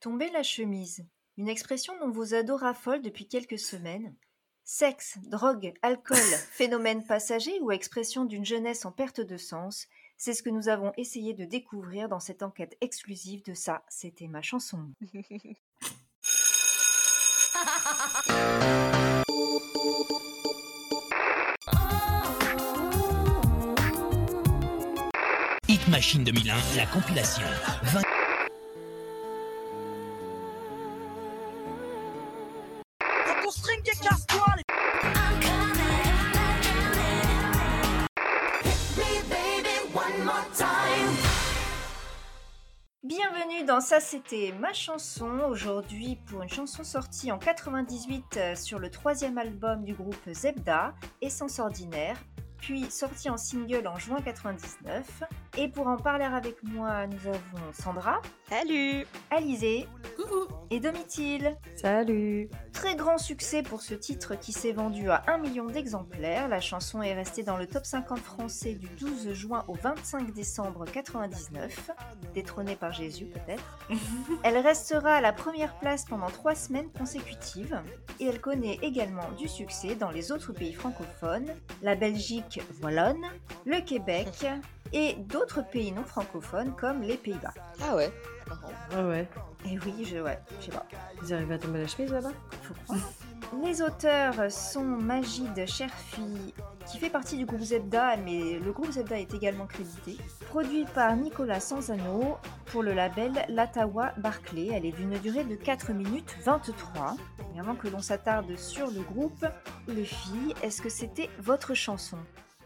Tomber la chemise, une expression dont vos ados raffolent depuis quelques semaines. Sexe, drogue, alcool, phénomène passager ou expression d'une jeunesse en perte de sens, c'est ce que nous avons essayé de découvrir dans cette enquête exclusive de ça, c'était ma chanson. Hit Machine 2001, la compilation. 20... Prends ton string et casse-toi les... Bienvenue dans Ça c'était ma chanson, aujourd'hui pour une chanson sortie en 98 euh, sur le troisième album du groupe Zebda, Essence Ordinaire, puis sortie en single en juin 99. Et pour en parler avec moi, nous avons Sandra, Salut Alizé et Domitil. Salut Très grand succès pour ce titre qui s'est vendu à 1 million d'exemplaires. La chanson est restée dans le top 50 français du 12 juin au 25 décembre 99, détrônée par Jésus peut-être. elle restera à la première place pendant trois semaines consécutives et elle connaît également du succès dans les autres pays francophones, la Belgique wallonne, le Québec et d'autres pays non francophones comme les Pays-Bas. Ah ouais Ah ouais, Et oui, je ouais, je sais pas. ils arrivent à tomber la chemise là-bas Les auteurs sont Magid Cherfi, qui fait partie du groupe Zebda, mais le groupe Zebda est également crédité. Produit par Nicolas Sanzano pour le label Latawa Barclay. Elle est d'une durée de 4 minutes 23. Et avant que l'on s'attarde sur le groupe, les filles, est-ce que c'était votre chanson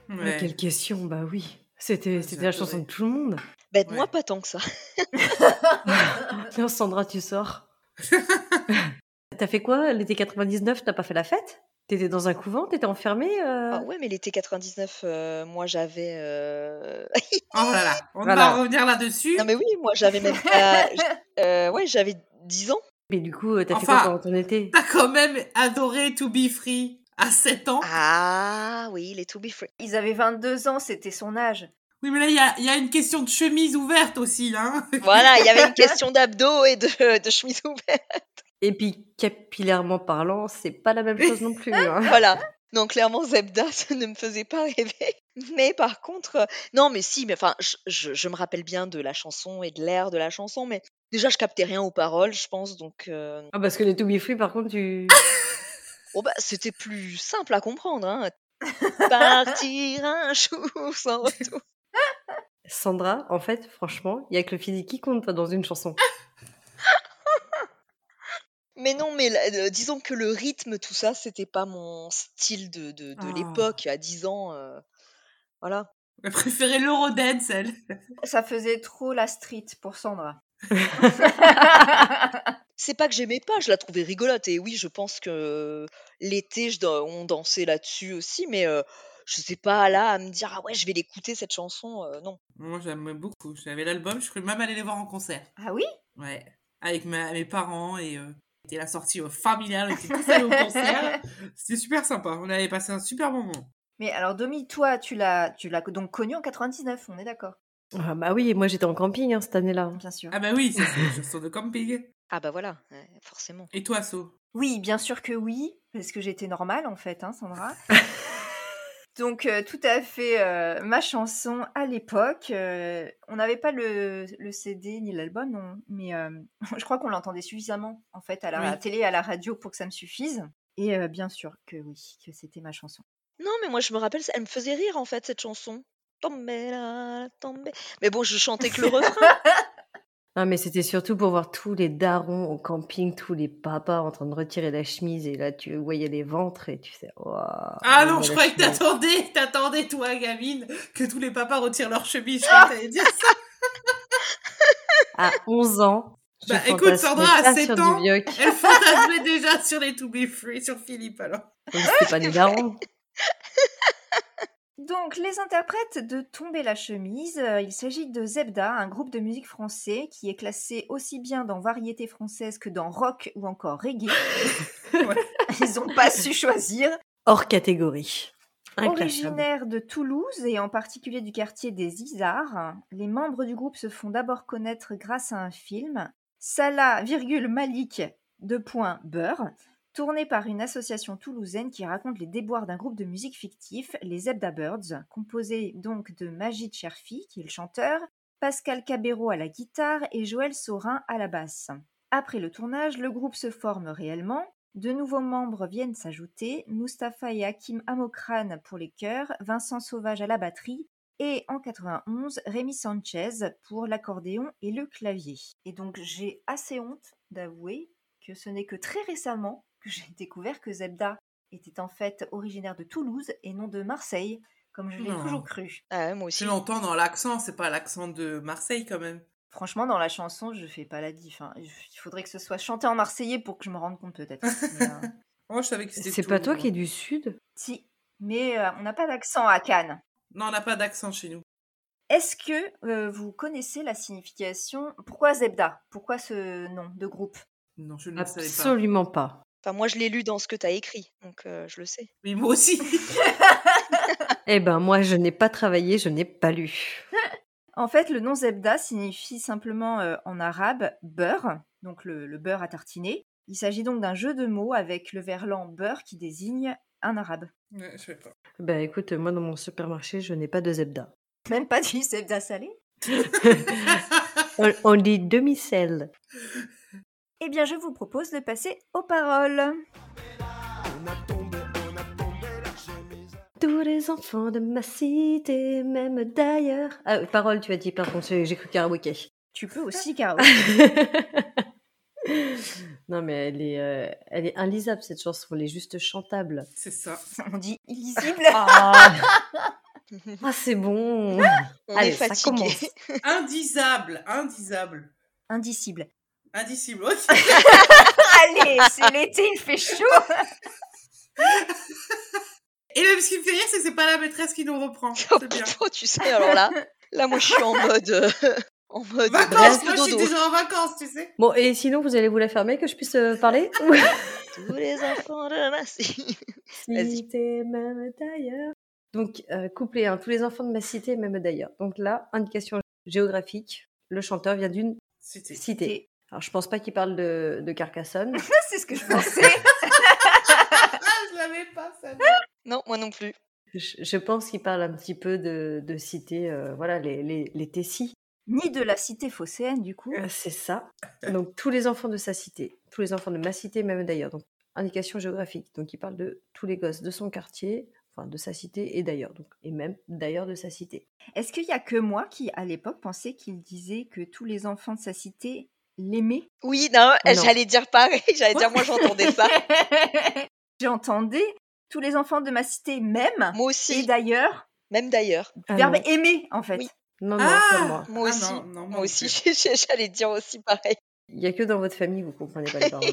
Mais Quelle question, bah oui c'était, Ouais, c'était j'ai la adoré. chanson de tout le monde. Ben moi Ouais. pas tant que ça. Non, Sandra, tu sors. t'as fait quoi L'été 99, t'as pas fait la fête T'étais dans un couvent T'étais enfermée euh, Ah ouais mais l'été 99 euh, moi j'avais euh, Oh là là, on Voilà. va en revenir là-dessus. Non mais oui, moi j'avais même pas j- euh, ouais, j'avais 10 ans. Mais du coup, euh, t'as fait Enfin. quoi pendant ton été T'as quand même adoré To Be Free à 7 ans. Ah oui, les To Be Free. Ils avaient 22 ans, c'était son âge. Oui, mais là, il y a, il y a une question de chemise ouverte aussi, là. hein. Voilà, il y avait une question d'abdos et de, de chemise ouverte. Et puis, capillairement parlant, c'est pas la même chose non plus. hein. Voilà. Non, clairement Zebda ça ne me faisait pas rêver. Mais par contre, euh, non mais si, mais enfin je, je- je me rappelle bien de la chanson et de l'air de la chanson mais déjà je captais rien aux paroles, je pense donc euh, Ah, parce que les To Be Free, par contre, tu. Oh bah, c'était plus simple à comprendre. Hein. Partir un jour sans retour. Sandra, en fait, franchement, il y a que le physique qui compte dans une chanson. Mais non, mais la- euh, disons que le rythme, tout ça, c'était pas mon style de, de, de Ah. l'époque, à 10 ans. euh, voilà. Elle préférait l'Eurodance, elle. Ça faisait trop la street pour Sandra. Ah C'est pas que j'aimais pas, je la trouvais rigolote. Et oui, je pense que l'été, je dan- on dansait là-dessus aussi, mais euh, je sais pas là à me dire, ah ouais, je vais l'écouter cette chanson. euh, non. Moi, j'aimais beaucoup. J'avais l'album, je crois même aller les voir en concert. ah oui Ouais. Avec ma- mes parents et euh, c'était la sortie euh, familiale. On était tous allés au concert. C'était super sympa. On avait passé un super moment. Mais alors Domi, toi, tu l'as tu l'as donc connu en 99, on est d'accord, Ah, bah oui, moi j'étais en camping hein, cette année-là. bien sûr. Ah bah oui, ça, c'est une chanson de camping. Ah bah voilà, ouais, forcément. Et toi, So Oui, bien sûr que oui, parce que j'étais normale en fait, hein, Sandra. Donc euh, tout à fait euh, ma chanson à l'époque. euh, on n'avait pas le, le CD ni l'album, non, mais euh, je crois qu'on l'entendait suffisamment en fait à la Oui. télé, à la radio pour que ça me suffise. Et euh, bien sûr que oui, que c'était ma chanson. Non, mais moi je me rappelle, ça- elle me faisait rire en fait cette chanson. Tombé là, tombé. Mais bon, je chantais que le refrain. Non, mais c'était surtout pour voir tous les darons au camping, tous les papas en train de retirer la chemise, et là tu voyais les ventres, et tu sais. Ouah, Ah on non, voit je la croyais que chemise. t'attendais, t'attendais, toi, gamine, que tous les papas retirent leur chemise. Je croyais que t'allais dire ça. À 11 ans. je Bah, écoute, fantasmais Sandra, à pas 7 sur du ans, Bioc, Elle fantasmait déjà sur les To Be Free, sur Philippe, alors. donc C'était pas des darons. Donc, les interprètes de Tomber la chemise, euh, il s'agit de Zebda, un groupe de musique français qui est classé aussi bien dans variété française que dans rock ou encore reggae. Ouais. Ils n'ont pas su choisir. Hors catégorie. Inclassable. Originaires de Toulouse et en particulier du quartier des Isards, les membres du groupe se font d'abord connaître grâce à un film, Salah, virgule, Malik, deux points, beurre, tourné par une association toulousaine qui raconte les déboires d'un groupe de musique fictif, les Zebda Birds, composé donc de Majid Cherfi, qui est le chanteur, Pascal Cabero à la guitare et Joël Saurin à la basse. Après le tournage, le groupe se forme réellement. De nouveaux membres viennent s'ajouter, Mustapha et Hakim Amokran pour les chœurs, Vincent Sauvage à la batterie et en 91, Rémi Sanchez pour l'accordéon et le clavier. Et donc j'ai assez honte d'avouer que ce n'est que très récemment que j'ai découvert que Zebda était en fait originaire de Toulouse et non de Marseille, comme je l'ai Non. toujours cru. Ah ouais, moi Tu aussi. l'entends dans l'accent, c'est pas l'accent de Marseille quand même. Franchement, dans la chanson, je fais pas la diff. hein. Il faudrait que ce soit chanté en marseillais pour que je me rende compte peut-être. Mais, euh, Oh, je savais que c'était C'est pas tout, toi moi. qui es du sud si, mais euh, on n'a pas d'accent à Cannes. Non, on n'a pas d'accent chez nous. Est-ce que euh, vous connaissez la signification Pourquoi Zebda Pourquoi ce nom de groupe Non, je ne le savais pas. Absolument pas. Enfin, moi, je l'ai lu dans ce que t'as écrit, donc euh, je le sais. Mais moi aussi. Eh ben moi, je n'ai pas travaillé, je n'ai pas lu. En fait, le nom Zebda signifie simplement euh, en arabe beurre, donc le, le beurre à tartiner. Il s'agit donc d'un jeu de mots avec le verlan beurre qui désigne un arabe. Ouais, je sais pas. Ben écoute, moi dans mon supermarché, je n'ai pas de zebda. Même pas du Zebda salé On, on dit demi-sel. Eh bien, je vous propose de passer aux paroles. Tous les enfants de ma cité, même d'ailleurs. Ah, parole, tu as dit, par contre, j'ai j'ai cru karaoké. Tu peux aussi, Caro. non, mais elle est, euh, elle est inlisable, cette chanson. Elle est juste chantable. C'est ça. On dit illisible. Ah, c'est bon. On Allez, Ah, est ça fatigué. commence. Indisable, indisable, Indicible. indicible. Ok. Allez, c'est l'été, il fait chaud. Et même ce qui me fait rire, c'est que c'est pas la maîtresse qui nous reprend. Oh, C'est bien. putain, tu sais, alors là, là, moi, je suis en mode, euh, en mode Vacances, bref, moi je suis dodo. déjà en vacances, tu sais. Bon, et sinon, vous allez vous la fermer que je puisse euh, parler Tous les enfants de ma cité. Vas-y. Cité, même d'ailleurs. Donc, euh, couplet 1. Tous les enfants de ma cité, même d'ailleurs. Donc là, indication géographique. Le chanteur vient d'une C'était. cité. Alors, je pense pas qu'il parle de, de Carcassonne. c'est ce que je pensais. Ah, je l'avais pas, ça. Non, moi non plus. Je, je pense qu'il parle un petit peu de, de cité, euh, voilà, les, les, les Tessies. Ni de la cité phocéenne, du coup. Euh, C'est ça. Donc, tous les enfants de sa cité. Tous les enfants de ma cité, même d'ailleurs. Donc, indication géographique. Donc, il parle de tous les gosses de son quartier, enfin, de sa cité et d'ailleurs. Donc, et même d'ailleurs de sa cité. Est-ce qu'il y a que moi qui, à l'époque, pensais qu'il disait que tous les enfants de sa cité l'aimaient Oui, non, Non. j'allais dire pareil. J'allais dire, moi, j'entendais ça. J'entendais tous les enfants de ma cité même. Moi Et aussi, d'ailleurs, même d'ailleurs. Ah verbe non. aimer, en fait. Oui. Non, non, pas moi. Ah, Moi ah, aussi. non, non, Moi aussi, plus. j'ai- j'ai- j'allais dire aussi pareil. Il n'y a que dans votre famille, vous comprenez pas les paroles.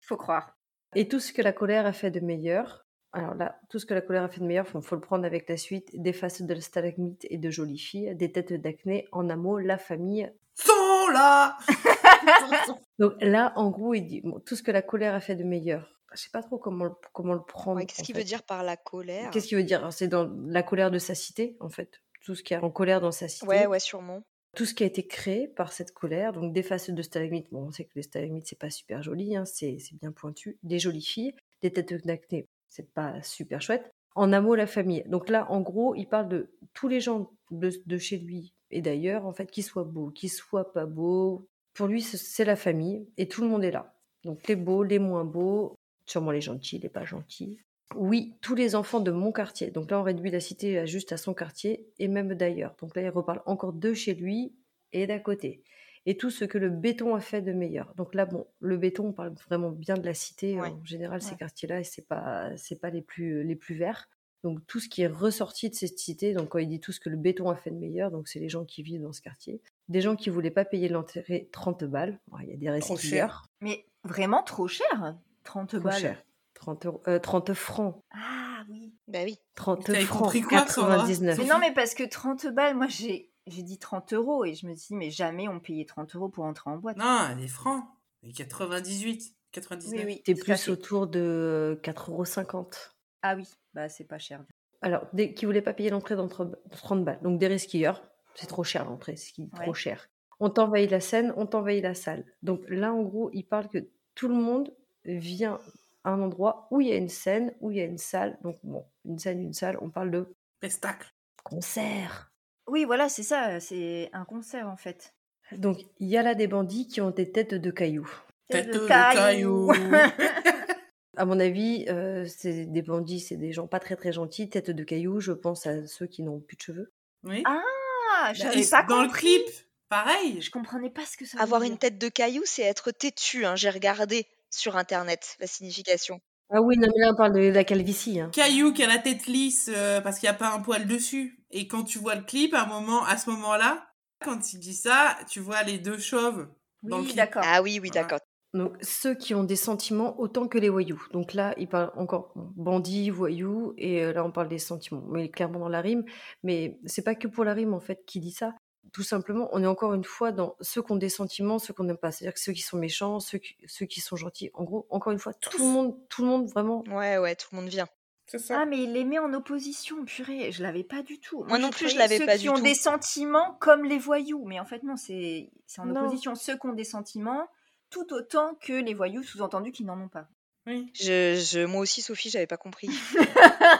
Faut croire. Et tout ce que la colère a fait de meilleur, alors là, tout ce que la colère a fait de meilleur, il faut, le prendre avec la suite, des faces de stalagmites et de jolies filles, des têtes d'acné, en un mot, la famille. Sont là. Donc là, en gros, il dit, bon, tout ce que la colère a fait de meilleur. Je sais pas trop comment, le- comment le prendre. Ouais, Qu'est-ce en qu'il fait. veut dire par la colère Qu'est-ce qu'il veut dire Alors, C'est dans la colère de sa cité, en fait. Tout ce qui est en colère dans sa cité. Ouais, ouais, sûrement. tout ce qui a été créé par cette colère, donc des facettes de stalagmites, bon, on sait que les stalagmites, c'est pas super joli, hein, c'est c'est bien pointu, des jolies filles, des têtes d'acné, c'est pas super chouette. En un mot, la famille. Donc là, en gros, il parle de tous les gens de, de chez lui et d'ailleurs, en fait, qu'ils soient beaux, qu'ils soient pas beaux. Pour lui, ce- c'est la famille et tout le monde est là. Donc les beaux, les moins beaux, sûrement les gentils, les pas gentils. Oui, tous les enfants de mon quartier. Donc là, on réduit la cité à juste à son quartier et même d'ailleurs. Donc là, il reparle encore de chez lui et d'à côté. Et tout ce que le béton a fait de meilleur. Donc là, bon, le béton, on parle vraiment bien de la cité. Ouais. En général, ces Ouais. quartiers-là, c'est pas, c'est pas les plus, les plus verts. Donc tout ce qui est ressorti de cette cité. Donc quand il dit tout ce que le béton a fait de meilleur, donc c'est les gens qui vivent dans ce quartier, des gens qui voulaient pas payer l'entrée 30 balles. Bon, il y a des Trop restitueurs. Mais vraiment trop cher. 30 Trop balles. cher. 30, euros- euh, 30 francs. Ah oui. Bah oui. 30 T'avais francs, compris quoi, Sandra 99. Mais non, mais parce que 30 balles, moi, j'ai j'ai dit 30 euros et je me suis dit, mais jamais on payait 30 euros pour entrer en boîte. Non, elle est franc. Et 98, 99. Oui, oui. T'es tout à plus fait. autour de 4,50€. Ah oui, bah c'est pas cher. Alors, des, qui voulaient pas payer l'entrée dans 30 30 balles. Donc, des risquilleurs, c'est trop cher l'entrée, c'est ce qu'il dit, Ouais. trop cher. on t'envahit la scène, on t'envahit la salle. Donc là, en gros, il parle que tout le monde vient à un endroit où il y a une scène, où il y a une salle. Donc bon, une scène, une salle, on parle de Pestacle. concert. Oui, voilà, c'est ça, c'est un concert en fait. Donc il y a là des bandits qui ont des têtes de cailloux. Tête de caillou. caillou. À mon avis, euh, c'est des bandits, c'est des gens pas très très gentils, tête de cailloux. Je pense à ceux qui n'ont plus de cheveux. Oui. Ah, Ah, j'avais Et pas dans le compris. clip, pareil. Je comprenais pas ce que Ah ça Avoir voulait une dire. tête de caillou, c'est être têtu. hein. J'ai regardé sur internet la signification. Ah oui, non mais là on parle de la calvitie. hein. Caillou qui a la tête lisse euh, parce qu'il n'y a pas un poil dessus. Et quand tu vois le clip, à, un moment, à ce moment-là, quand il dit ça, tu vois les deux chauves. dans le Oui, clip. d'accord. Ah oui, oui, Voilà. d'accord. Donc ceux qui ont des sentiments autant que les voyous. Donc là, il parle encore bon, bandits, voyous, et euh, là on parle des sentiments. Mais clairement dans la rime, mais c'est pas que pour la rime en fait qui dit ça. Tout simplement, on est encore une fois dans ceux qui ont des sentiments, ceux qu'on n'aime pas. C'est-à-dire que ceux qui sont méchants, ceux qui, ceux qui sont gentils. En gros, encore une fois, tout le monde, tout le monde vraiment. Ouais, ouais, tout le monde vient. C'est ça. Ah, mais il les met en opposition, purée, je l'avais pas du tout. Moi non plus, je croyais l'avais pas Ceux du qui ont tout. des sentiments comme les voyous, mais en fait, non, c'est c'est en Non. opposition. Ceux qui ont des sentiments, tout autant que les voyous, sous-entendu qu'ils n'en ont pas. Oui. Je, je- moi aussi, Sophie, j'avais pas compris.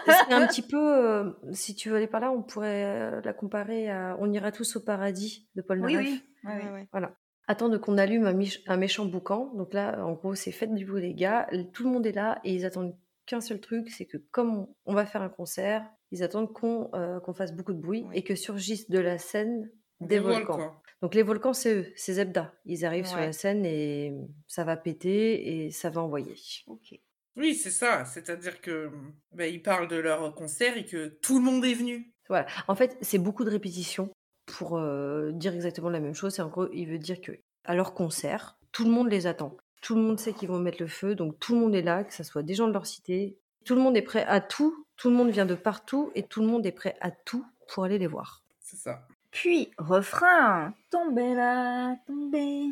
C'est un petit peu, euh, si tu veux aller par là, on pourrait euh, la comparer à On ira tous au paradis de Paul Oui, Naref. oui. oui, oui. Ouais, ouais. attendent qu'on allume un, mich- un méchant boucan. Donc là, en gros, c'est fête du bout les gars. L- Tout le monde est là et ils attendent qu'un seul truc, c'est que comme on, on va faire un concert, ils attendent qu'on euh, qu'on fasse beaucoup de bruit Oui. et que surgissent de la scène des, volcans. quoi. Donc les volcans, c'est eux, c'est Zebda. Ils arrivent sur Ouais. la scène et ça va péter et ça va envoyer. Ok. Oui, c'est ça. C'est-à-dire que bah, ils parlent de leur concert et que tout le monde est venu. Voilà. En fait, c'est beaucoup de répétitions pour euh, dire exactement la même chose. C'est en gros, il veut dire que à leur concert, tout le monde les attend. Tout le monde sait qu'ils vont mettre le feu, donc tout le monde est là, que ce soit des gens de leur cité. Tout le monde est prêt à tout. Tout le monde vient de partout et tout le monde est prêt à tout pour aller les voir. C'est ça. Puis, refrain. Tombez là, tombez.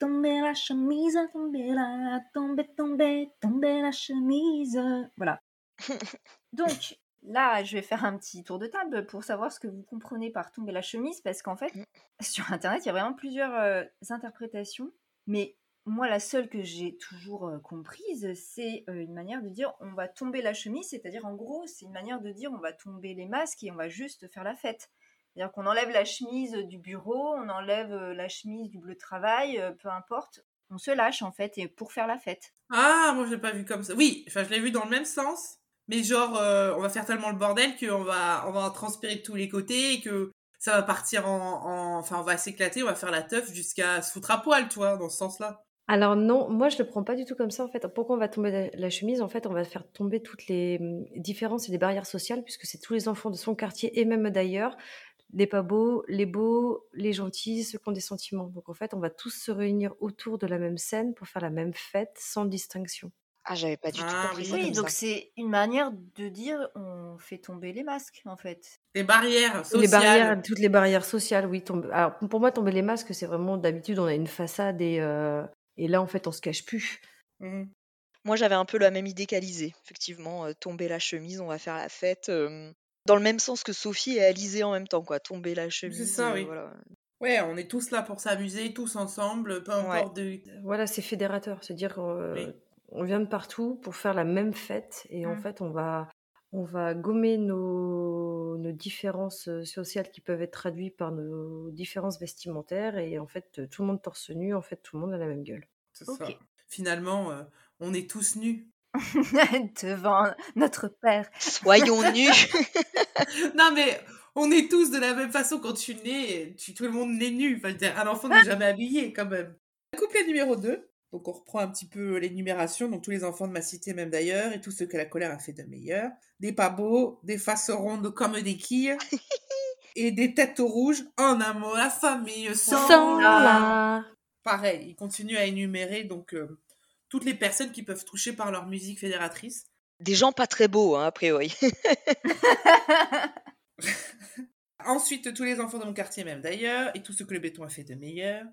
Tombez la chemise, tombez là, tombez, tombez, tombez la chemise. Voilà. Donc, là, je vais faire un petit tour de table pour savoir ce que vous comprenez par tomber la chemise, parce qu'en fait, Mm. sur Internet, il y a vraiment plusieurs euh, interprétations, mais moi, la seule que j'ai toujours euh, comprise, c'est euh, une manière de dire on va tomber la chemise, c'est-à-dire en gros, c'est une manière de dire on va tomber les masques et on va juste faire la fête. C'est-à-dire qu'on enlève la chemise du bureau, on enlève euh, la chemise du bleu de travail, euh, peu importe, on se lâche en fait et pour faire la fête. Ah, moi, je l'ai pas vu comme ça. Oui, enfin, je l'ai vu dans le même sens. Mais genre, euh, on va faire tellement le bordel qu'on va, on va en transpirer de tous les côtés et que ça va partir en. en- Enfin, on va s'éclater, on va faire la teuf jusqu'à se foutre à poil, tu vois, dans ce sens-là. Alors non, moi je le prends pas du tout comme ça en fait. Pourquoi on va tomber la, la chemise En fait, on va faire tomber toutes les hum, différences et les barrières sociales puisque c'est tous les enfants de son quartier et même d'ailleurs, les pas beaux, les beaux, les gentils, ceux qui ont des sentiments. Donc en fait, on va tous se réunir autour de la même scène pour faire la même fête sans distinction. Ah, j'avais pas du tout Ah, compris ça Oui, comme donc ça. c'est une manière de dire on fait tomber les masques en fait. Les barrières sociales. Les barrières, toutes les barrières sociales, oui. tombent- Alors pour moi, tomber les masques, c'est vraiment d'habitude on a une façade et euh, et là en fait on se cache plus. Mhm. Moi, j'avais un peu la même idée qu'Alizé. Effectivement, euh, tomber la chemise, on va faire la fête. euh, dans le même sens que Sophie et Alizé en même temps, quoi. Tomber la chemise. ça, euh, oui. voilà. Ouais, on est tous là pour s'amuser, tous ensemble, peu Ouais. importe de... Voilà, c'est fédérateur. C'est-à-dire qu'on euh, Oui. on vient de partout pour faire la même fête et en Mm. fait, on va, on va gommer nos, nos différences euh, sociales qui peuvent être traduites par nos différences vestimentaires et en fait, euh, tout le monde torse nu, en fait, tout le monde a la même gueule. C'est Ok. ça. Finalement, euh, on est tous nus. Devant notre père. Soyons nus. non, mais on est tous de la même façon quand tu nais, tu, tout le monde naît nu. Enfin, je veux dire, un enfant n'est jamais habillé quand même. Couplet numéro 2. Donc on reprend un petit peu l'énumération. Donc tous les enfants de ma cité, même d'ailleurs, et tous ceux que la colère a fait de meilleur. Des pas beaux, des faces rondes comme des quilles. Et des têtes rouges, en un mot, la famille sans, pareil, il continue à énumérer donc euh, toutes les personnes qui peuvent toucher par leur musique fédératrice. Des gens pas très beaux, hein, a priori. Ensuite, tous les enfants de mon quartier, même d'ailleurs, et tout ce que le béton a fait de meilleur,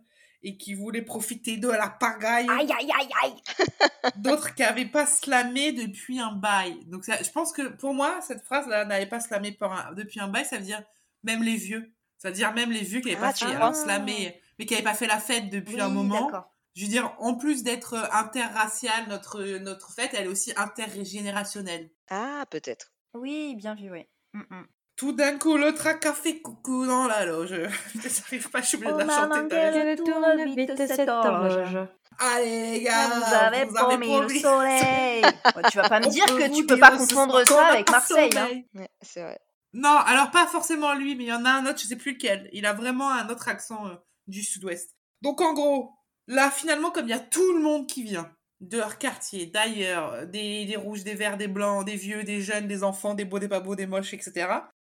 et qui voulaient profiter de la pagaille, Aïe, aïe, aïe, aïe. d'autres qui n'avaient pas slamé depuis un bail. Donc, ça- je pense que pour moi, cette phrase-là, n'avait pas slamé par un- depuis un bail, ça veut dire même les vieux. Ça veut dire même les vieux qui n'avaient Ah, pas tu slamé. vois. Alors, slamé, mais qui n'avait pas fait la fête depuis Oui, un moment. d'accord. Je veux dire, en plus d'être euh, interraciale, notre, notre fête, elle est aussi intergénérationnelle. Ah, peut-être. Oui, bien vu, oui. Mm, mm. Tout d'un coup, l'autre a café coucou dans la loge. Putain, ça arrive pas, je suis obligée de la Oh, maman, chanter. t'as quelle raison. Le tournevis de cette horloge. Allez, les Ah, gars, vous avez promis le soleil. Ouais, tu vas pas me On dire peut que vous tu peux dire pas ce confondre soir qu'on ça a avec pas Marseille. hein. sommeil. Ouais, c'est vrai. Non, alors pas forcément lui, mais il y en a un autre, je sais plus lequel. Il a vraiment un autre accent euh, du sud-ouest. Donc en gros, là finalement, comme il y a tout le monde qui vient, de leur quartier, d'ailleurs, euh, des, des rouges, des verts, des blancs, des vieux, des jeunes, des enfants, des beaux, des pas beaux, des moches, etc.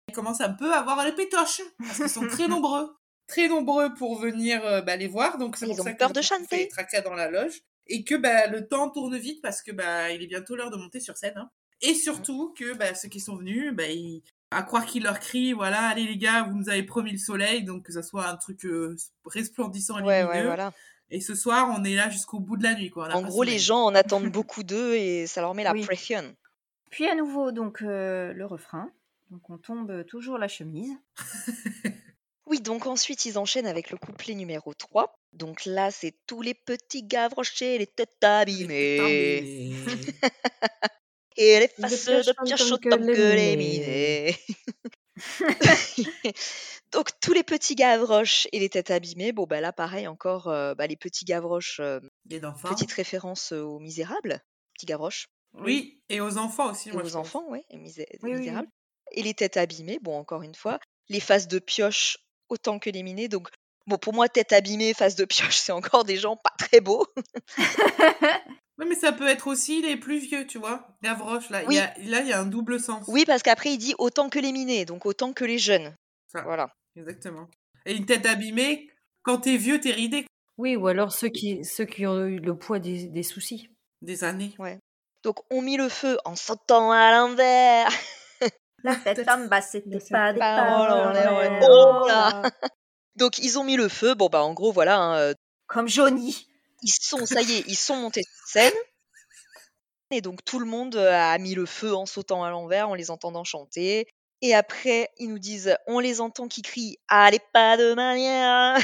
Ils commencent un peu à avoir les pétoches, parce qu'ils sont très nombreux. Très nombreux pour venir euh, bah, les voir, donc c'est Ils pour ont ça peur que de on fait chanter. les tracas dans la loge et que bah, le temps tourne vite parce que bah, il est bientôt l'heure de monter sur scène. hein. Et surtout que bah, ceux qui sont venus, bah, ils, à croire qu'il leur crie voilà allez les gars vous nous avez promis le soleil donc que ça soit un truc euh, resplendissant et Ouais, lumineux ouais, voilà. et ce soir on est là jusqu'au bout de la nuit quoi On a En pas gros, les sommeil. gens en attendent beaucoup d'eux et ça leur met la Oui. pression. Puis à nouveau, donc, euh, le refrain. Donc, on tombe toujours la chemise. Oui, donc ensuite, ils enchaînent avec le couplet numéro 3. Donc là, c'est tous les petits gavrochés, les têtes abîmées et les Les faces plages de pire chantent chaudes que comme les que les minées. minées. donc tous les petits gavroches et les têtes abîmées, bon, bah là, pareil, encore euh, bah, les petits gavroches, euh, les enfants petite référence euh, aux misérables, petits gavroches. oui et aux enfants aussi et moi, je aux pense. enfants, ouais, et misé- Oui, oui, misérables. Et les têtes abîmées, bon, encore une fois, les faces de pioche autant que les minées. Donc, bon, pour moi, tête abîmée, face de pioche, c'est encore des gens pas très beaux. Ouais, mais ça peut être aussi les plus vieux tu vois Gavroche là Oui. il y a, là il y a un double sens Oui, parce qu'après, il dit autant que les minées, donc autant que les jeunes. Ça. Voilà. exactement et une tête abîmée quand t'es vieux t'es ridé Oui, ou alors ceux qui, ceux qui ont eu le poids des, des soucis. des années Donc, on mit le feu en sautant à l'envers. La fête en bas, bah, c'était Cette pas des parole paroles en en l'air, l'air. ouais. Oh là. Donc, ils ont mis le feu. Bon, bah, en gros, voilà, hein, euh, Comme Johnny. ils sont, ça y est, ils sont montés sur scène. Et donc tout le monde euh, a mis le feu en sautant à l'envers, en les entendant chanter. Et après, ils nous disent, on les entend qui crient Allez, pas de manière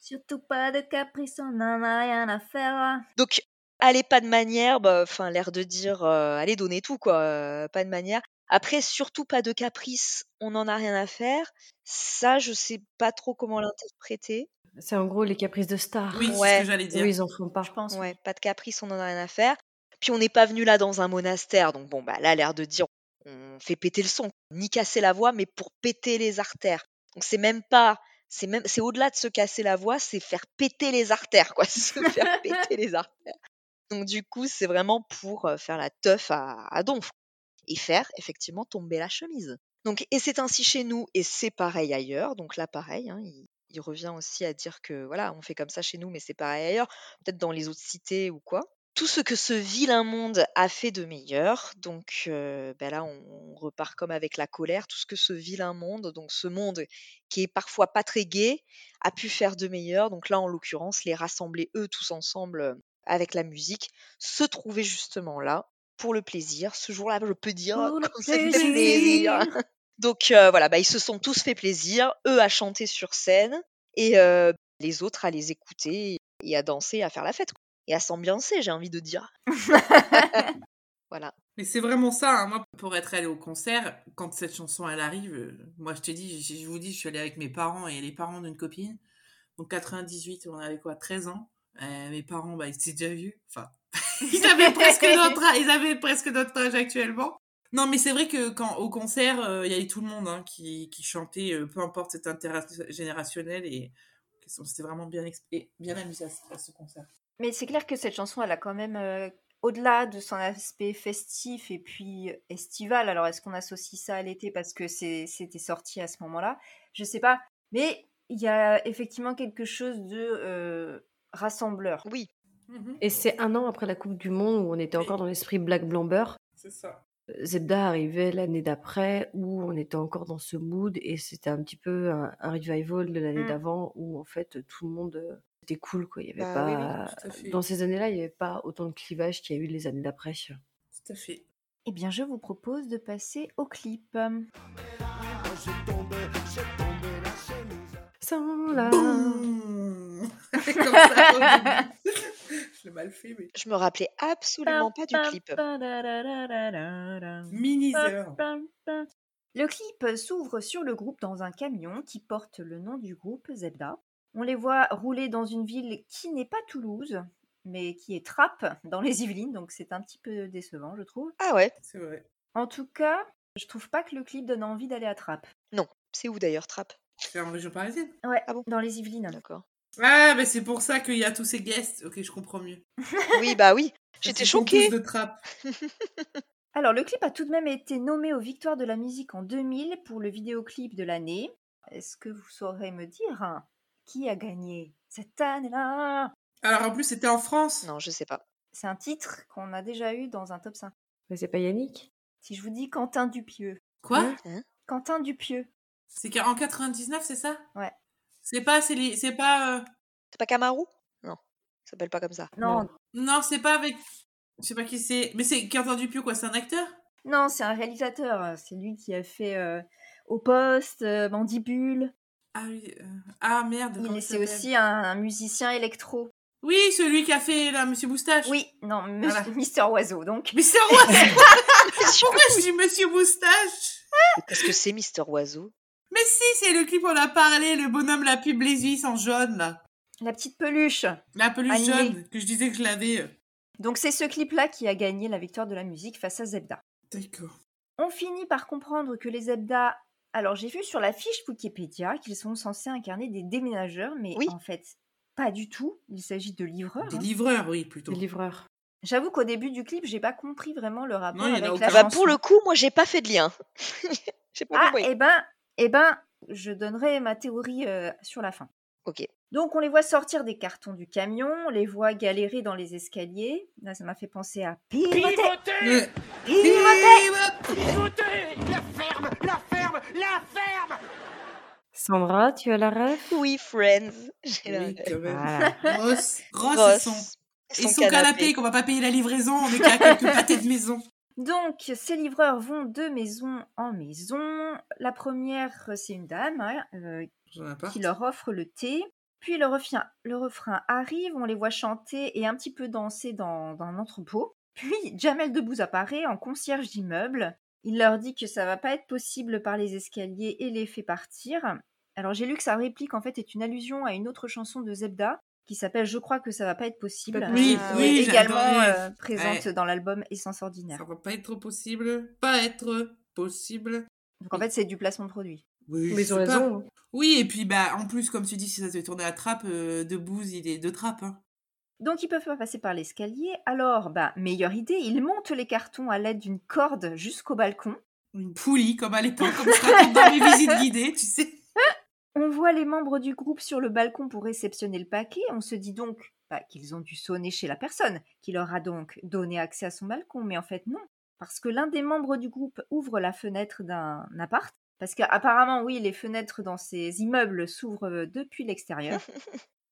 Surtout pas de caprice, on n'en a rien à faire. Donc, allez, pas de manière, bah, enfin, l'air de dire euh, Allez, donnez tout, quoi, euh, pas de manière. Après, surtout pas de caprice, on n'en a rien à faire. Ça, je sais pas trop comment l'interpréter. C'est en gros les caprices de stars. oui c'est Ouais. ce que j'allais dire Eux, ils en font pas. Je pense. Ouais, pas de caprice, on n'en a rien à faire. Puis on n'est pas venu là dans un monastère, donc bon, bah là, l'air de dire, on fait péter le son, ni casser la voix, mais pour péter les artères. Donc c'est même pas, c'est même, c'est au-delà de se casser la voix, c'est faire péter les artères, quoi, se faire péter les artères. Donc du coup, c'est vraiment pour euh, faire la teuf à, à donf et faire effectivement tomber la chemise. Donc, et c'est ainsi chez nous, et c'est pareil ailleurs. Donc là, pareil, hein, il, il revient aussi à dire que voilà, on fait comme ça chez nous, mais c'est pareil ailleurs, peut-être dans les autres cités ou quoi. Tout ce que ce vilain monde a fait de meilleur, donc euh, ben là, on, on repart comme avec la colère. Tout ce que ce vilain monde, donc ce monde qui est parfois pas très gai, a pu faire de meilleur. Donc là, en l'occurrence, les rassembler eux tous ensemble euh, avec la musique, se trouver justement là pour le plaisir. Ce jour-là, je peux dire Pour le comme ça me fait plaisir. plaisir. Donc euh, voilà, bah, ils se sont tous fait plaisir, eux à chanter sur scène et euh, les autres à les écouter et à danser, à faire la fête quoi. et à s'ambiancer, j'ai envie de dire. Voilà. Mais c'est vraiment ça, hein. moi, pour être allée au concert, quand cette chanson, elle arrive, euh, moi, je te dis, je, je vous dis, je suis allée avec mes parents et les parents d'une copine. Donc, 98, on avait quoi, 13 ans. Euh, mes parents, bah, ils étaient déjà vieux. Enfin, ils avaient presque notre, a- ils avaient presque notre âge actuellement. Non, mais c'est vrai que quand, au concert, euh, il y avait tout le monde, hein, qui, qui chantait, euh, peu importe, c'était intergénérationnel et on s'était vraiment bien, exp- et bien amusé à, ce- à ce concert. Mais c'est clair que cette chanson, elle a quand même, euh, au-delà de son aspect festif et puis euh, estival, alors est-ce qu'on associe ça à l'été parce que c'est- c'était sorti à ce moment-là Je sais pas. Mais il y a effectivement quelque chose de euh, rassembleur. Oui, Mm-hmm. Et c'est un an après la Coupe du Monde où on était encore dans l'esprit Black Blamber. C'est ça. Zebda arrivait l'année d'après où on était encore dans ce mood et c'était un petit peu un, un revival de Mmh. l'année Mm. d'avant où en fait tout le monde euh, était cool quoi. Il y avait Bah oui, pas oui, tout à fait. dans ces années-là il y avait pas autant de clivage qu'il y a eu les années d'après. Tout à fait. Eh bien, je vous propose de passer au clip. Sans la Boum Comme ça, au début. je l'ai mal fait, mais. Je me rappelais absolument pas du clip. Minizer. Le clip s'ouvre sur le groupe dans un camion qui porte le nom du groupe Zebda. On les voit rouler dans une ville qui n'est pas Toulouse, mais qui est Trappes dans les Yvelines, donc c'est un petit peu décevant, je trouve. Ah ouais, C'est vrai. En tout cas, je trouve pas que le clip donne envie d'aller à Trappes. c'est où d'ailleurs Trap C'est en région parisienne. Ouais, Ah bon dans les Yvelines. D'accord. Ah, mais c'est pour ça qu'il y a tous ces guests. Ok, je comprends mieux. Oui, bah oui. Parce J'étais qu'ils sont choquée. tous de trappe. Alors, le clip a tout de même été nommé aux Victoires de la musique en 2000 pour le vidéoclip de l'année. Est-ce que vous saurez me dire hein, qui a gagné cette année-là Alors en plus, c'était en France. Non, je sais pas. C'est un titre qu'on a déjà eu dans un top 5. Mais c'est pas Yannick Si je vous dis Quentin Dupieux. Quoi Hein Quentin Dupieux. C'est qu'en 99, c'est ça Ouais. C'est pas, c'est li- c'est pas, euh, C'est pas Camaro Non, ça s'appelle pas comme ça. Non, non, non, c'est pas avec, je sais pas qui c'est, mais c'est Quentin Dupieux quoi, c'est un acteur c'est un réalisateur. hein. C'est lui qui a fait euh, Au Poste, euh, Mandibule. Ah oui, euh, ah merde. comment Il- il C'est s'appelle aussi un, un musicien électro. Oui, celui qui a fait là, Monsieur Moustache. Oui, non, Mr. Voilà. Mister Oiseau, donc. Mais c'est moi. c'est- Mais Pourquoi je dis Monsieur Moustache Parce que c'est Mister Oiseau. Mais si, c'est le clip où on a parlé, le bonhomme la pub les huisses en jaune là, La petite peluche. la peluche Animé. jaune que je disais que je l'avais. euh. Donc c'est ce clip-là qui a gagné la victoire de la musique face à Zebda. D'accord. On finit par comprendre que les Zebda... Alors j'ai vu sur la fiche Wikipédia qu'ils sont censés incarner des déménageurs, mais Oui. en fait, pas du tout. Il s'agit de livreurs. Des hein. livreurs, oui plutôt. Le livreur. J'avoue qu'au début du clip, j'ai pas compris vraiment le rapport Non, il y en a avec aucun. la Ah bah chanson. pour le coup, moi j'ai pas fait de lien. j'ai pas Ah, compris. eh ben, eh ben, je donnerai ma théorie euh, sur la fin. Ok. Donc on les voit sortir des cartons du camion, on les voit galérer dans les escaliers. Là, ça m'a fait penser à pivoter, Ouais. pivoter. La ferme La ferme La ferme Sandra, tu as la ref Oui, Friends. J'ai la- Oui, quand même. Voilà. Ross, Ross, Ross et Oh, son et Et son canapé, qu'on va pas payer la livraison, on est qu'à quelques pâtés de maison. Donc, ces livreurs vont de maison en maison. La première, c'est une dame hein, euh, J'en ai pas. qui leur offre le thé. Puis le refrain, le refrain arrive, on les voit chanter et un petit peu danser dans, dans un entrepôt. Puis Jamel Debbouze apparaît en concierge d'immeuble. Il leur dit que ça va pas être possible par les escaliers et les fait partir. Alors j'ai lu que sa réplique en fait est une allusion à une autre chanson de Zebda qui s'appelle Je crois que ça va pas être possible. qui Oui, Euh, oui, est j'ai également adoré. euh, présente dans l'album Essence Ordinaire. Ça va pas être possible. Pas être possible. Donc en fait, c'est du placement de produit. Oui, Mais je ils ont sais pas. raison. hein. Oui, et puis bah en plus, comme tu dis, si ça devait tourner à trappe, euh, de bouse, il est de trappe. hein. Donc ils peuvent pas passer par l'escalier. Alors, bah, meilleure idée, ils montent les cartons à l'aide d'une corde jusqu'au balcon. Une poulie, comme à l'époque, comme je raconte dans mes visites guidées, tu sais. On voit les membres du groupe sur le balcon pour réceptionner le paquet. On se dit donc bah, qu'ils ont dû sonner chez la personne qui leur a donc donné accès à son balcon. Mais en fait, non. Parce que l'un des membres du groupe ouvre la fenêtre d'un appart. Parce qu'apparemment, oui, les fenêtres dans ces immeubles s'ouvrent euh, depuis l'extérieur.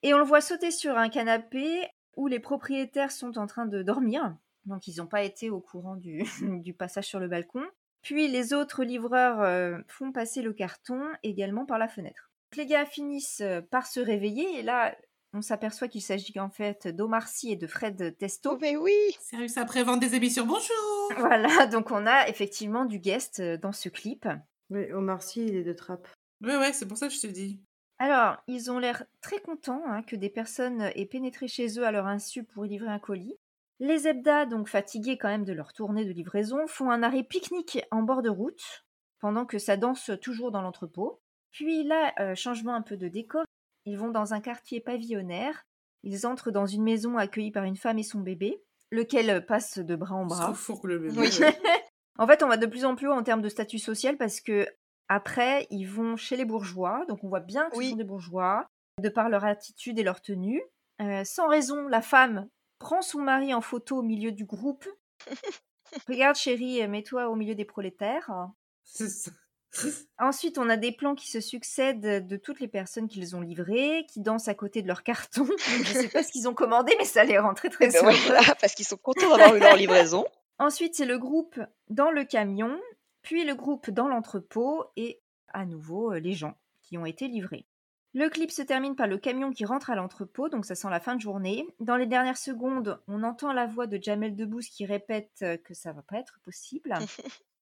Et on le voit sauter sur un canapé où les propriétaires sont en train de dormir. Donc ils n'ont pas été au courant du, du passage sur le balcon. Puis les autres livreurs euh, font passer le carton également par la fenêtre. Donc, les gars finissent euh, par se réveiller et là on s'aperçoit qu'il s'agit en fait d'Omar Sy et de Fred Oh, Testo. mais oui Sérieux, ça prévente des émissions. Bonjour Voilà, donc on a effectivement du guest euh, dans ce clip. Mais Omar Sy, il est de trappe. Ouais, ouais, c'est pour ça que je te dis. Alors, ils ont l'air très contents hein, que des personnes aient pénétré chez eux à leur insu pour y livrer un colis. Les Zebda, donc fatigués quand même de leur tournée de livraison, font un arrêt pique-nique en bord de route, pendant que ça danse toujours dans l'entrepôt. Puis là, euh, changement un peu de décor, ils vont dans un quartier pavillonnaire, ils entrent dans une maison accueillie par une femme et son bébé, lequel passe de bras en On bras. se fourre le bébé. Oui. ouais. En fait, on va de plus en plus haut en termes de statut social parce que après, ils vont chez les bourgeois, donc on voit bien que Oui. ce sont des bourgeois, de par leur attitude et leur tenue. Euh, sans raison, la femme prend son mari en photo au milieu du groupe. Regarde chérie, mets-toi au milieu des prolétaires. C'est ça. Ensuite, on a des plans qui se succèdent de toutes les personnes qu'ils ont livrées, qui dansent à côté de leur carton. Je sais pas ce qu'ils ont commandé, mais ça les rend très très Ben heureux. voilà, Parce qu'ils sont contents d'avoir eu leur livraison. Ensuite, c'est le groupe dans le camion, puis le groupe dans l'entrepôt et à nouveau euh, les gens qui ont été livrés. Le clip se termine par le camion qui rentre à l'entrepôt, donc ça sent la fin de journée. Dans les dernières secondes, on entend la voix de Jamel Debbouze qui répète euh, que ça va pas être possible.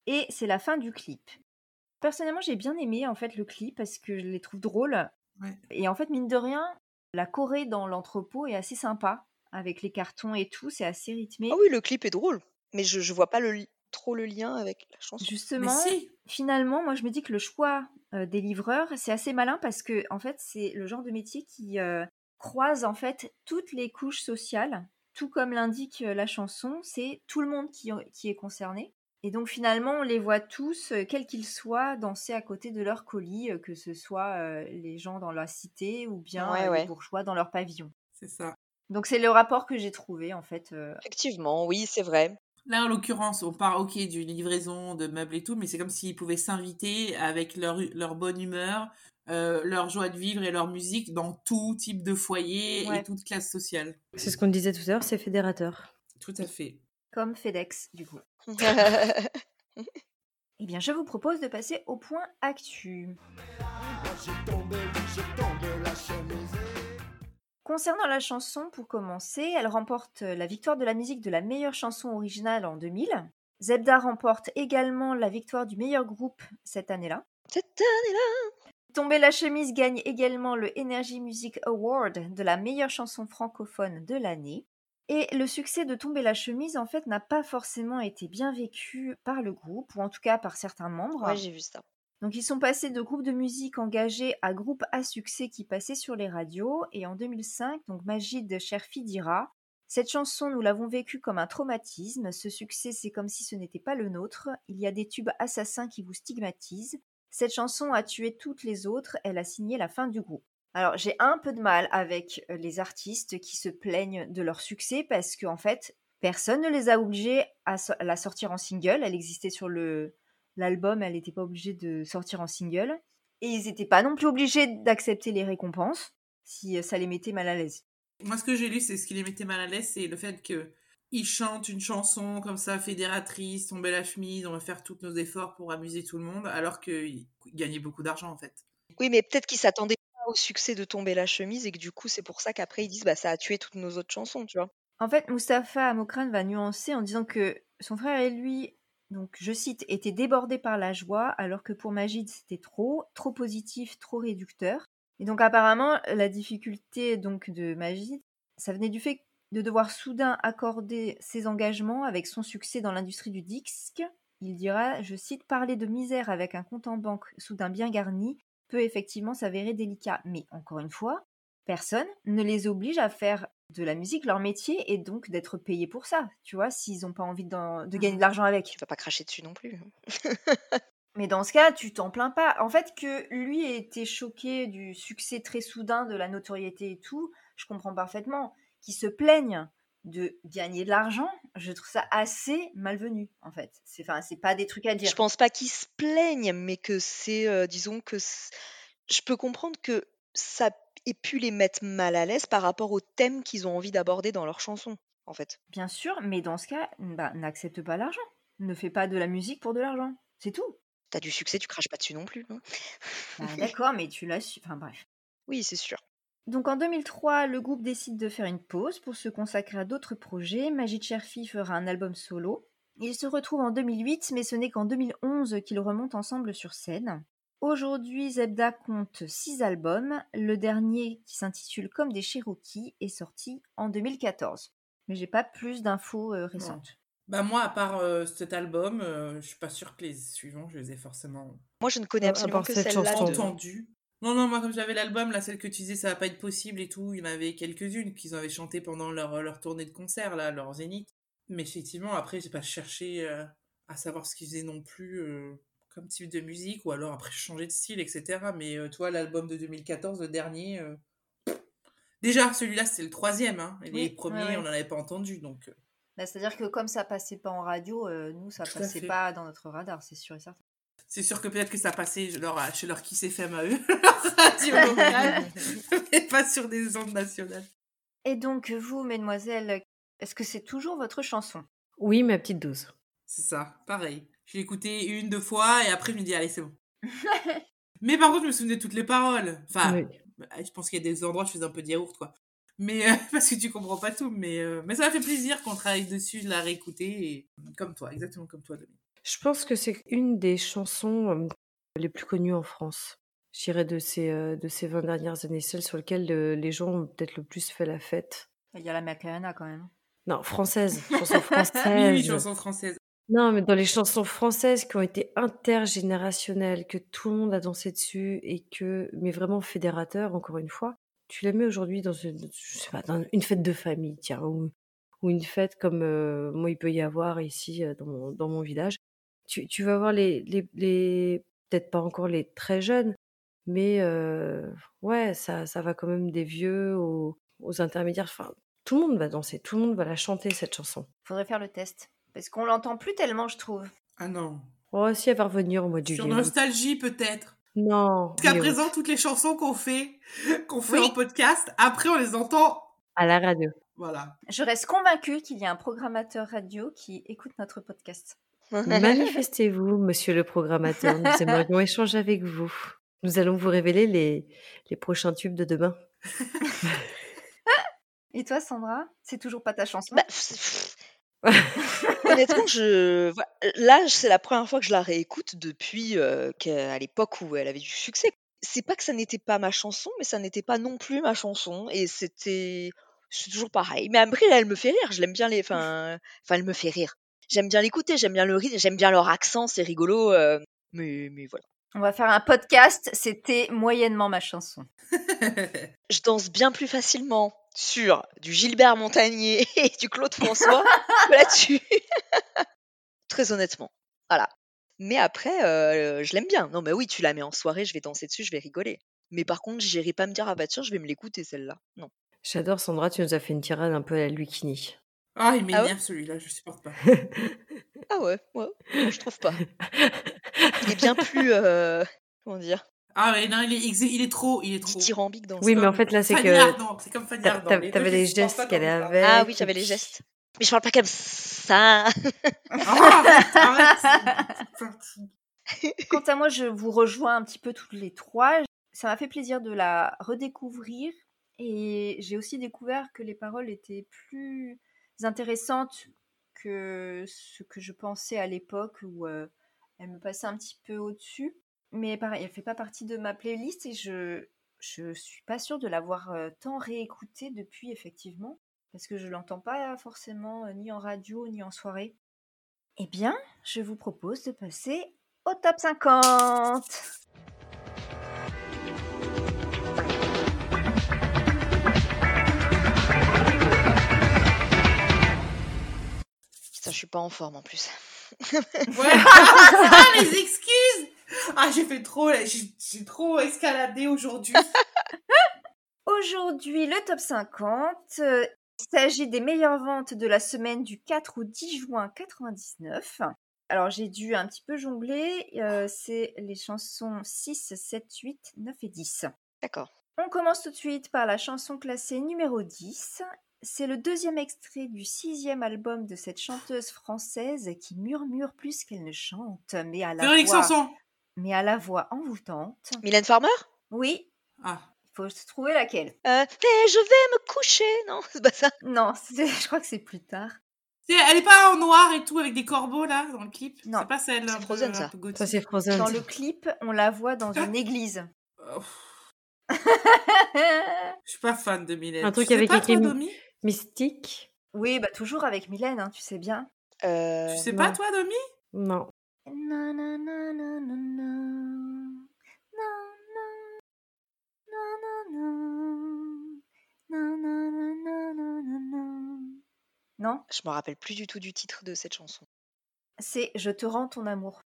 Et c'est la fin du clip. Personnellement, j'ai bien aimé en fait le clip parce que je les trouve drôles. Ouais. Et en fait, mine de rien, la Corée dans l'entrepôt est assez sympa avec les cartons et tout, c'est assez rythmé. Ah oui, le clip est drôle, mais je, je vois pas le li- trop le lien avec la chanson. Mais Justement, si, finalement, moi je me dis que le choix euh, des livreurs, c'est assez malin parce que en fait, c'est le genre de métier qui euh, croise en fait toutes les couches sociales, tout comme l'indique euh, la chanson, c'est tout le monde qui, qui est concerné. Et donc finalement, on les voit tous, euh, quels qu'ils soient, danser à côté de leur colis, euh, que ce soit euh, les gens dans la cité ou bien Ouais, euh, les ouais. bourgeois dans leur pavillon. c'est ça. Donc c'est le rapport que j'ai trouvé en fait. euh, Effectivement, oui, c'est vrai. Là, en l'occurrence, on part, ok, d'une livraison de meubles et tout, mais c'est comme s'ils pouvaient s'inviter avec leur, hu- leur bonne humeur, euh, leur joie de vivre et leur musique dans tout type de foyer Ouais. et toute classe sociale. C'est ce qu'on disait tout à l'heure, c'est fédérateur. Tout à fait. comme FedEx du coup. J'ai Eh bien, je vous propose de passer au point actu. Concernant la chanson, pour commencer, elle remporte la victoire de la musique de la meilleure chanson originale en 2000. Zebda remporte également la victoire du meilleur groupe cette année-là. Tomber la chemise gagne également le Energy Music Award de la meilleure chanson francophone de l'année. Et le succès de Tomber la chemise, en fait, n'a pas forcément été bien vécu par le groupe, ou en tout cas par certains membres. ouais, j'ai vu ça. Donc ils sont passés de groupes de musique engagés à groupes à succès qui passaient sur les radios. Et en 2005, donc Magid Cherfi dira Cette chanson, nous l'avons vécue comme un traumatisme. Ce succès, c'est comme si ce n'était pas le nôtre. Il y a des tubes assassins qui vous stigmatisent. Cette chanson a tué toutes les autres. Elle a signé la fin du groupe. Alors j'ai un peu de mal avec euh, les artistes qui se plaignent de leur succès parce qu'en fait, personne ne les a obligés à so- à la sortir en single. Elle existait sur le, l'album, elle n'était pas obligée de sortir en single. Et ils n'étaient pas non plus obligés d'accepter les récompenses si euh, ça les mettait mal à l'aise. Moi, ce que j'ai lu, c'est ce qui les mettait mal à l'aise, c'est le fait que ils chantent une chanson comme ça, fédératrice, tomber la chemise, on va faire tous nos efforts pour amuser tout le monde, alors qu'ils gagnaient beaucoup d'argent, en fait. Oui, mais peut-être qu'ils s'attendaient pas au succès de tomber la chemise et que du coup, c'est pour ça qu'après ils disent bah ça a tué toutes nos autres chansons, tu vois. En fait, Mustapha Amokran va nuancer en disant que son frère et lui, donc je cite, étaient débordés par la joie, alors que pour Magid, c'était trop, trop positif, trop réducteur. Et donc apparemment, la difficulté donc de Magid, ça venait du fait de devoir soudain accorder ses engagements avec son succès dans l'industrie du disque. Il dira, je cite, parler de misère avec un compte en banque soudain bien garni peut effectivement s'avérer délicat. Mais encore une fois, personne ne les oblige à faire de la musique leur métier et donc d'être payés pour ça, tu vois, s'ils n'ont pas envie d'en- de gagner de l'argent avec. Tu vas pas cracher dessus non plus. Mais dans ce cas, tu t'en plains pas. En fait, que lui ait été choqué du succès très soudain, de la notoriété et tout, je comprends parfaitement. Qu'il se plaigne de gagner de l'argent, je trouve ça assez malvenu, en fait. C'est enfin, c'est pas des trucs à dire. Je pense pas qu'ils se plaignent, mais que c'est, euh, disons que c- je peux comprendre que ça ait pu les mettre mal à l'aise par rapport au thème qu'ils ont envie d'aborder dans leur chanson, en fait. Bien sûr, mais dans ce cas, bah, n'accepte pas l'argent. Ne fais pas de la musique pour de l'argent. C'est tout. T'as du succès, tu craches pas dessus non plus. hein. Bah, D'accord, mais tu l'as su. Enfin bref. Oui, c'est sûr. Donc en 2003, le groupe décide de faire une pause pour se consacrer à d'autres projets. Majid Cherfi fera un album solo. Ils se retrouvent en 2008, mais ce n'est qu'en 2011 qu'ils remontent ensemble sur scène. Aujourd'hui, Zebda compte 6 albums. Le dernier, qui s'intitule Comme des Cherokees, est sorti en 2014. Mais j'ai pas plus d'infos euh, récentes. Bah, moi, à part euh, cet album, euh, je suis pas sûre que les suivants, je les ai forcément Moi, je ne connais Euh, à absolument part que cette celle-là. chanson. de- entendus. Non, non, moi, comme j'avais l'album, là, celle que tu disais, ça va pas être possible et tout, il y en avait quelques-unes qu'ils avaient chanté pendant leur, euh, leur tournée de concert, là, leur zénith. Mais effectivement, après, j'ai pas cherché euh, à savoir ce qu'ils faisaient non plus euh, comme type de musique, ou alors après changer de style, etc. Mais euh, toi, l'album de 2014, le dernier. euh, Déjà, celui-là, c'est le troisième. Hein. Et Oui, Les ouais, premiers, ouais. on n'en avait pas entendu. Donc, euh, Bah, C'est-à-dire que comme ça passait pas en radio, euh, nous, ça Tout à passait fait. pas dans notre radar, c'est sûr et certain. c'est sûr que peut-être que ça passait leur, chez leur Kiss FM à eux, leur radio locale, oh, mais pas sur des ondes nationales. Et donc, vous, mesdemoiselles, est-ce que c'est toujours votre chanson Oui, ma petite dose. C'est ça, pareil. Je l'ai écouté une, deux fois, et après je me dis, allez, c'est bon. Mais par contre, je me souvenais de toutes les paroles. Enfin, bah, Oui. Je pense qu'il y a des endroits où je faisais un peu de yaourt, quoi. Mais euh, parce que tu comprends pas tout, mais, euh, mais ça m'a fait plaisir qu'on travaille dessus, je l'ai réécouté, et comme toi, exactement comme toi, Dominique. Je pense que c'est une des chansons euh, les plus connues en France. Je dirais de ces, euh, de ces 20 dernières années, celle sur laquelle euh, les gens ont peut-être le plus fait la fête. Il y a la Macarena quand même. Non, française, chanson Oui, oui, française. chanson française. Non, mais dans les chansons françaises qui ont été intergénérationnelles, que tout le monde a dansé dessus et que, mais vraiment fédérateur, encore une fois, tu la mets aujourd'hui dans une, je sais pas, dans une fête de famille, tiens, ou, ou une fête comme euh, moi il peut y avoir ici euh, dans mon, dans mon village. Tu, tu vas voir les, les, les- peut-être pas encore les très jeunes, mais euh, ouais, ça, ça va quand même des vieux aux, aux intermédiaires. Enfin, tout le monde va danser, tout le monde va la chanter cette chanson. Faudrait faire le test. Parce qu'on l'entend plus tellement, je trouve. Ah non. Oh, si elle va revenir au mois de Sur juillet. Nostalgie, peut-être. Non. Parce qu'à mais oui. présent, toutes les chansons qu'on fait, qu'on fait Oui. en podcast, après, on les entend. À la radio. Voilà. Je reste convaincue qu'il y a un programmateur radio qui écoute notre podcast. Manifestez-vous, monsieur le programmateur. Nous aimerions échanger avec vous. Nous allons vous révéler les, les prochains tubes de demain. Et toi, Sandra C'est toujours pas ta chanson Bah, pff, pff. Honnêtement, je... voilà, là, c'est la première fois que je la réécoute depuis euh, qu'à à l'époque où elle avait du succès. C'est pas que ça n'était pas ma chanson, mais ça n'était pas non plus ma chanson. Et c'était. C'est toujours pareil. Mais après, là, elle me fait rire. Je l'aime bien les. Enfin, enfin, elle me fait rire. J'aime bien l'écouter, j'aime bien le rythme, j'aime bien leur accent, c'est rigolo. euh, Mais, mais voilà. On va faire un podcast. C'était moyennement ma chanson. Je danse bien plus facilement sur du Gilbert Montagnier et du Claude François que là-dessus. Très honnêtement. Voilà. Mais après, euh, je l'aime bien. Non, mais oui, tu la mets en soirée, je vais danser dessus, je vais rigoler. Mais par contre, j'irai pas me dire, ah bah tiens, je vais me l'écouter celle-là. Non. J'adore Sandra, tu nous as fait une tirade un peu à la Luikini. Ah, il m'énerve celui-là, je supporte pas. Ah ouais, ouais, non, je trouve pas. Il est bien plus. euh, comment dire Ah, mais non, il est, exé- il est trop, il est trop. Dithyrambique dans Oui, ça. mais en fait là c'est Fanny que Ardant, c'est comme Fanny t'a- Ardant. t'a- t'avais les gestes qu'elle avait. avait. Ah oui, et j'avais les puis- gestes. Mais je parle pas comme ça. Ah, Quant à moi, je vous rejoins un petit peu toutes les trois. Ça m'a fait plaisir de la redécouvrir. Et j'ai aussi découvert que les paroles étaient plus intéressantes que ce que je pensais à l'époque où euh, elle me passait un petit peu au-dessus. Mais pareil, elle fait pas partie de ma playlist et je je suis pas sûre de l'avoir euh, tant réécoutée depuis effectivement parce que je l'entends pas forcément euh, ni en radio ni en soirée. Eh bien, je vous propose de passer au top 50. Putain, je suis pas en forme en plus. Ouais. Ah, les excuses Ah, j'ai fait trop, là, j'ai j'ai trop escaladé aujourd'hui. Aujourd'hui, le top 50. euh, Il s'agit des meilleures ventes de la semaine du 4 au 10 juin 99. Alors j'ai dû un petit peu jongler. euh, C'est les chansons 6, 7, 8, 9 et 10. D'accord. On commence tout de suite par la chanson classée numéro 10. C'est le deuxième extrait du sixième album de cette chanteuse française qui murmure plus qu'elle ne chante, mais à la, Véronique voix, Sanson mais à la voix envoûtante. Mylène Farmer Oui, Ah, il faut se trouver laquelle. Euh, mais je vais me coucher, non C'est pas ça. Non, c'est- je crois que c'est plus tard. Tu sais, elle est pas en noir et tout avec des corbeaux là dans le clip. Non. c'est pas celle. C'est un peu- Frozen, un ça. peu gothique. Ça c'est Frozen. Dans le clip, on la voit dans une église. Euh, Je suis pas fan de Mylène. Un truc tu sais avec pas, écrit toi, mi- Domi Mystique oui, bah toujours avec Mylène, hein, tu sais bien. Euh, Tu sais non. pas toi, Domi Non. Na, na, na, na, na, na. Na, na, na, na, na. Na, na, na, na, na, na, na. Non, Je me rappelle plus du tout du titre de cette chanson. c'est Je te rends ton amour.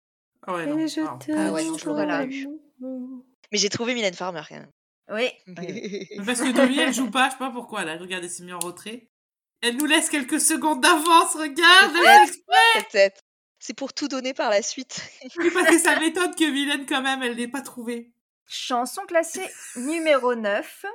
Ah ouais, non. Et je Ah, te ah ouais, non, je l'aurais pas eu. demande. Mais j'ai trouvé Mylène Farmer. quand même. euh, Oui. Mais Parce que Domi, elle joue pas, je sais pas pourquoi. Là, regardez, c'est mis en retrait. Elle nous laisse quelques secondes d'avance, regarde elle Peut-être, peut-être. C'est pour tout donner par la suite. s'exprime, Parce que ça m'étonne que Mylène, quand même, elle l'ait pas trouvée. Chanson classée numéro 9.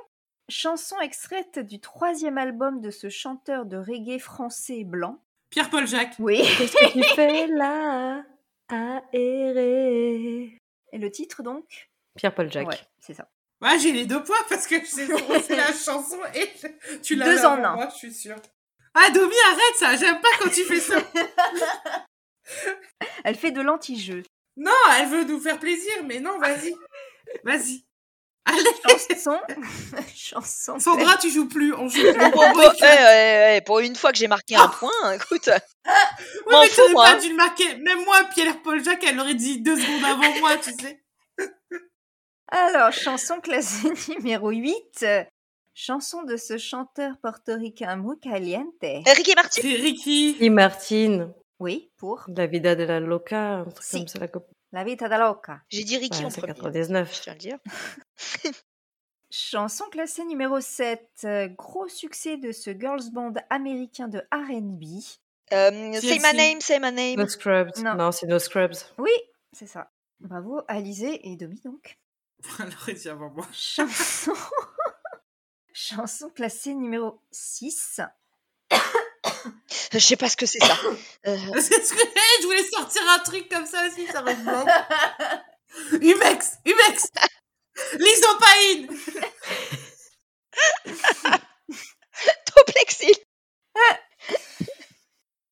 Chanson extraite du troisième album de ce chanteur de reggae français blanc. Pierre-Paul Jacques. Oui. Qu'est-ce que tu fais là Aéré. Et le titre donc Pierre-Paul Jacques. Ouais, c'est ça. Ouais, j'ai les deux points parce que c'est c'est la chanson et je- tu l'as Deux avant en un. Moi, je suis sûre. Ah, Domi, arrête ça. J'aime pas quand tu fais ça. Elle fait de l'anti-jeu. Non, elle veut nous faire plaisir, mais non, vas-y. Vas-y. Allez, Chanson. Chanson. Sandra, tu joues plus. On joue plus. Bon, bon, bon, eh, eh, eh, pour une fois que j'ai marqué un point, écoute. Euh, Oui, M'en mais fous, t'aurais moi. pas hein. dû le marquer. Même moi, Pierre-Paul Jacques, elle aurait dit deux secondes avant moi, tu sais. Alors, chanson classée numéro 8. Chanson de ce chanteur portoricain Muy Caliente. Eric et Marty. C'est Ricky. Et Martine, Oui, pour La Vida de la Loca, un truc Si. comme ça, la copine. La Vita da Loca. J'ai dit Ricky en Ouais, c'est premier. 99. Je tiens à le dire. Chanson classée numéro 7. Gros succès de ce girls band américain de RB. Euh, say my Chelsea. name, say my name. No Scrubs. Non. Non, c'est No Scrubs. Oui, c'est ça. Bravo, Alizé et Domi donc. Elle aurait dit avant moi. Chanson. Chanson classée numéro 6. Je sais pas ce que c'est ça. Euh, Parce que je voulais sortir un truc comme ça aussi, ça rejoint. Umex, Umex, l'isopaïne. Toplexil.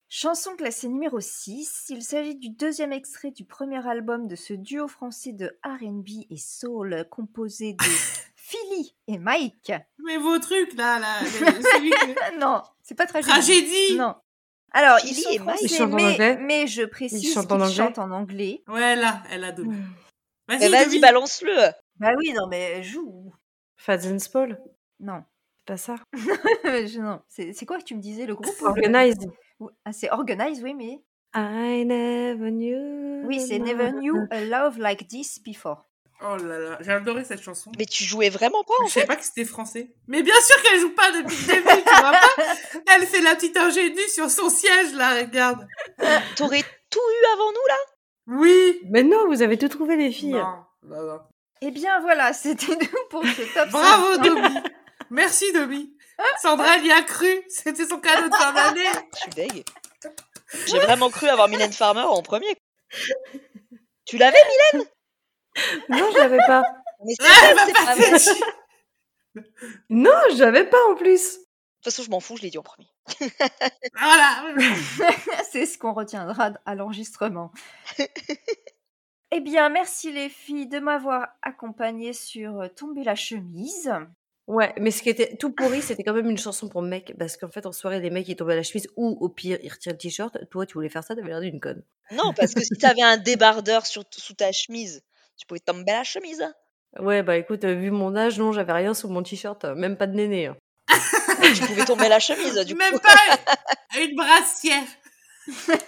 Chanson classée numéro 6. Il s'agit du deuxième extrait du premier album de ce duo français de RB et soul composé de Philly et Mike. Mais vos trucs là, là, le- celui que- Ah non, c'est pas tragédie. tragédie. Non. Alors, ils Philly sont et Mike. français, Ils chantent en mais, anglais mais je précise qu'ils Ils chantent en anglais chantent en anglais. Ouais, là, elle a double. Vas-y, Eh, Vas-y, Denis. balance-le. Bah oui, non, mais joue. Fazenspaul, Non, c'est pas ça Je- non. C'est c'est quoi que tu me disais, le groupe Ah. ou le- Organized. ou- Ah, c'est Organize, oui, mais... I never knew. Oui, c'est Never Knew a Love Like This Before. Oh là là, j'ai adoré cette chanson. Mais tu jouais vraiment pas en Je savais fait. pas que c'était français. Mais bien sûr qu'elle joue pas depuis le début, tu vois pas Elle fait la petite ingénue sur son siège là, regarde. hein. T'aurais tout eu avant nous là. Oui. Mais non, vous avez tout trouvé, les filles. Non, non, non. Eh bien, voilà, c'était nous pour ce top 5. Bravo Domi Merci Domi Sandra elle y a cru C'était son cadeau de fin d'année Je suis deg. J'ai vraiment cru avoir Mylène Farmer en premier. Tu l'avais mis Non, je l'avais pas. Mais c'est Ah, vrai, elle va bah, c'est pas pas vrai. De dessus. Non, je l'avais pas en plus. toute façon, je m'en fous, je l'ai dit en premier. Voilà C'est ce qu'on retiendra d- à l'enregistrement. eh bien, merci les filles de m'avoir accompagnée sur euh, Tomber la chemise. Ouais, mais ce qui était tout pourri, c'était quand même une chanson pour mec, parce qu'en fait, en soirée, les mecs, ils tombaient à la chemise, ou au pire, ils retiraient le t-shirt. Toi, tu voulais faire ça, t'avais l'air d'une conne. Non, parce que si t'avais un débardeur sur- sous ta chemise, tu pouvais tomber la chemise. hein. Ouais, bah écoute, euh, vu mon âge, non, j'avais rien sous mon t-shirt, euh, même pas de néné. hein. Tu pouvais tomber la chemise. Bah, Du Même coup. pas une brassière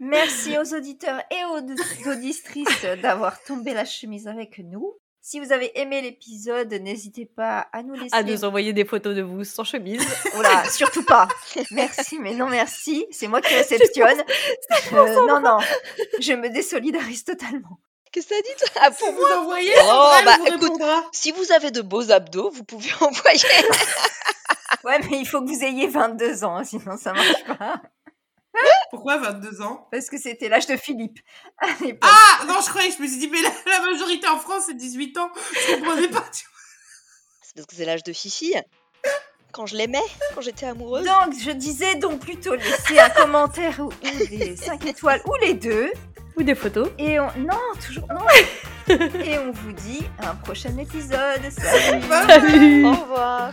Merci aux auditeurs et aux aud- auditrices d'avoir tombé la chemise avec nous. Si vous avez aimé l'épisode, n'hésitez pas à nous laisser. À nous envoyer des photos de vous sans chemise. Voilà, surtout pas. Merci, mais non merci. C'est moi qui réceptionne. Euh, non, non, je me désolidarise totalement. Qu'est-ce que t'as dit toi Ah, Si pour vous moi envoyez Oh, Sandra elle bah, vous écoute. répondra Si vous avez de beaux abdos, vous pouvez envoyer. Ouais, mais il faut que vous ayez 22 ans, hein, sinon ça marche pas. Pourquoi 22 ans Parce que c'était l'âge de Philippe. À l'époque. Ah Non je croyais, je me suis dit mais la, la majorité en France c'est 18 ans Je comprenais pas tu vois. C'est parce que c'est l'âge de Fifi. Quand je l'aimais, quand j'étais amoureuse. donc, je disais donc plutôt laisser un commentaire ou, ou des 5 étoiles ou les deux. Ou des photos. Et on... Non, toujours non. Et on vous dit à un prochain épisode. Salut Salut Au revoir.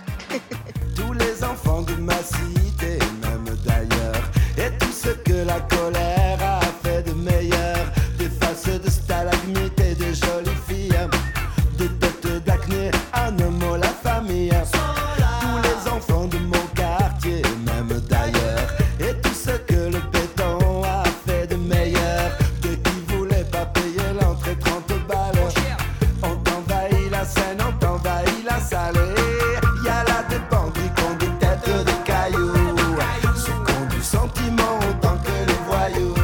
tous les enfants de ma cité, même d'ailleurs, et tout ce que la colère a fait de meilleur, des faces de stalagmites et des jolies filles, des têtes d'acné, un homme la famille, tous les enfants de mon quartier, même d'ailleurs, et tout ce que le béton a fait de meilleur, de qui voulait pas payer l'entrée 30 balles. On t'envahit la scène, on t'envahit la salle. Et Y'a la dépendre qui ont des têtes de cailloux. Ceux qui ont du sentiment autant que les voyous.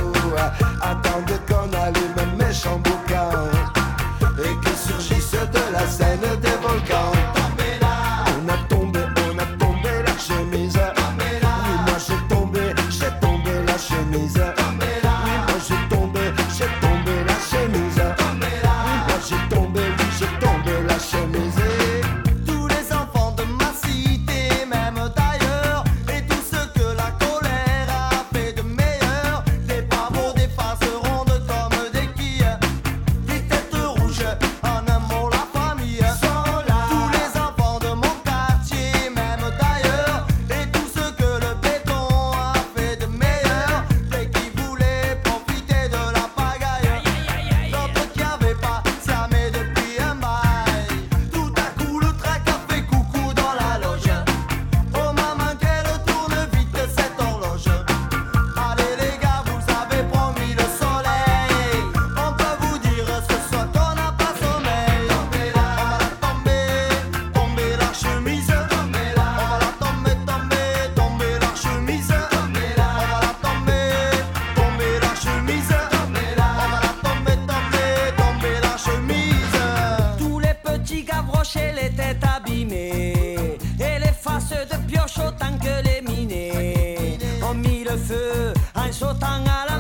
le feu en sautant à la